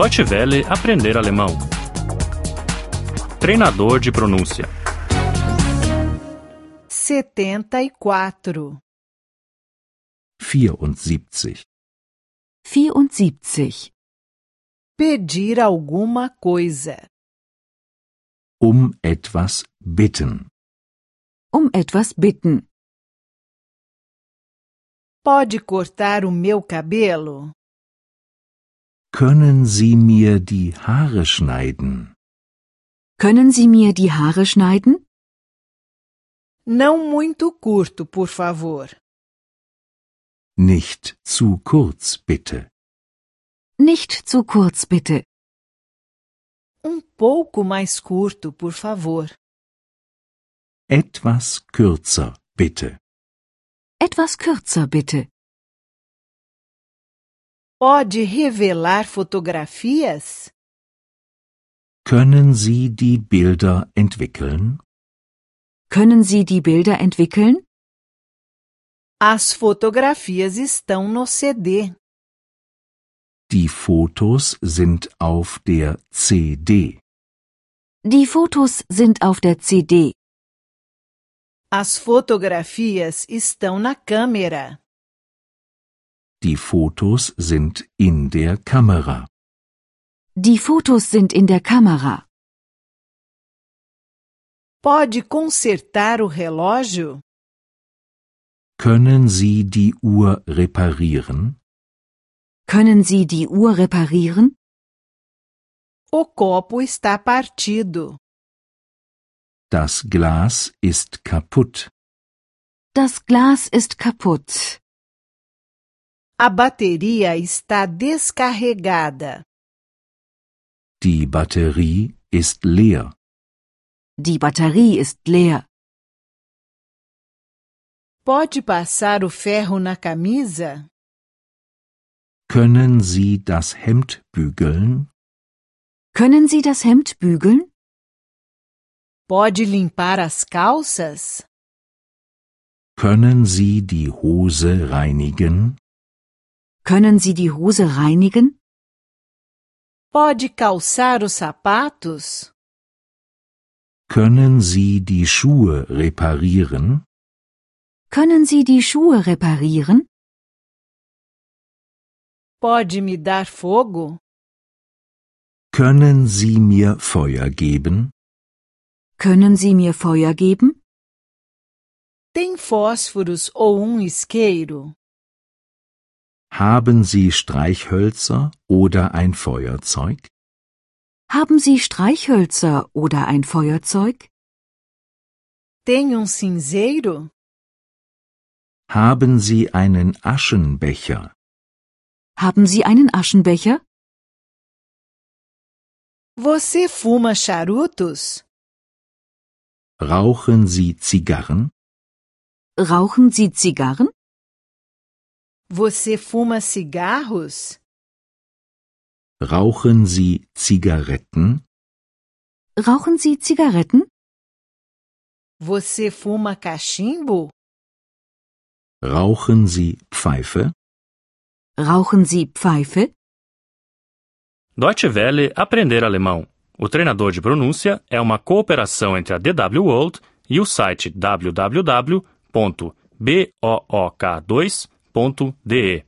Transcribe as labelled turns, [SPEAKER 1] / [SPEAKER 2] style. [SPEAKER 1] Deutsche Welle aprender alemão. Treinador de pronúncia.
[SPEAKER 2] 74.
[SPEAKER 3] 74.
[SPEAKER 4] 74.
[SPEAKER 2] Pedir alguma coisa.
[SPEAKER 3] Um etwas bitten.
[SPEAKER 4] Um etwas bitten.
[SPEAKER 2] Pode cortar o meu cabelo?
[SPEAKER 3] Können Sie mir die Haare schneiden?
[SPEAKER 4] Können Sie mir die Haare schneiden?
[SPEAKER 2] Não muito curto, por favor.
[SPEAKER 3] Nicht zu kurz, bitte.
[SPEAKER 4] Nicht zu kurz, bitte.
[SPEAKER 2] Um pouco mais curto, por favor.
[SPEAKER 3] Etwas kürzer, bitte.
[SPEAKER 4] Etwas kürzer, bitte.
[SPEAKER 2] Pode revelar fotografias?
[SPEAKER 3] Können Sie die Bilder entwickeln?
[SPEAKER 4] Können Sie die Bilder entwickeln?
[SPEAKER 2] As fotografias estão no CD.
[SPEAKER 3] Die Fotos sind auf der CD.
[SPEAKER 4] Die Fotos sind auf der CD.
[SPEAKER 2] As fotografias estão na câmera.
[SPEAKER 3] Die Fotos sind in der Kamera.
[SPEAKER 4] Die Fotos sind in der Kamera.
[SPEAKER 2] Pode consertar o relógio?
[SPEAKER 3] Können Sie die Uhr reparieren?
[SPEAKER 4] Können Sie die Uhr reparieren?
[SPEAKER 2] O copo está partido.
[SPEAKER 3] Das Glas ist kaputt.
[SPEAKER 4] Das Glas ist kaputt.
[SPEAKER 2] A bateria está descarregada.
[SPEAKER 3] Die Batterie ist leer.
[SPEAKER 4] Die Batterie ist leer.
[SPEAKER 2] Pode passar o ferro na camisa?
[SPEAKER 3] Können Sie das Hemd bügeln?
[SPEAKER 4] Können Sie das Hemd bügeln?
[SPEAKER 2] Pode limpar as calças?
[SPEAKER 3] Können Sie die Hose reinigen?
[SPEAKER 4] Können Sie die Hose reinigen?
[SPEAKER 2] Pode calçar os sapatos?
[SPEAKER 3] Können Sie die Schuhe reparieren?
[SPEAKER 4] Können Sie die Schuhe reparieren?
[SPEAKER 2] Pode me dar fogo?
[SPEAKER 3] Können Sie mir Feuer geben?
[SPEAKER 4] Können Sie mir Feuer geben?
[SPEAKER 2] Tem fósforos ou um isqueiro?
[SPEAKER 3] Haben Sie Streichhölzer oder ein Feuerzeug?
[SPEAKER 4] Haben Sie Streichhölzer oder ein Feuerzeug?
[SPEAKER 2] Tem um cinzeiro?
[SPEAKER 3] Haben Sie einen Aschenbecher?
[SPEAKER 4] Haben Sie einen Aschenbecher?
[SPEAKER 2] Você fuma charutos?
[SPEAKER 3] Rauchen Sie Zigarren?
[SPEAKER 4] Rauchen Sie Zigarren?
[SPEAKER 2] Você fuma cigarros?
[SPEAKER 3] Rauchen Sie Zigaretten?
[SPEAKER 4] Rauchen Sie Zigaretten?
[SPEAKER 2] Você fuma cachimbo?
[SPEAKER 3] Rauchen Sie Pfeife?
[SPEAKER 4] Rauchen Sie Pfeife?
[SPEAKER 1] Deutsche Welle aprender alemão. O treinador de pronúncia é uma cooperação entre a DW World e o site www.book2.de.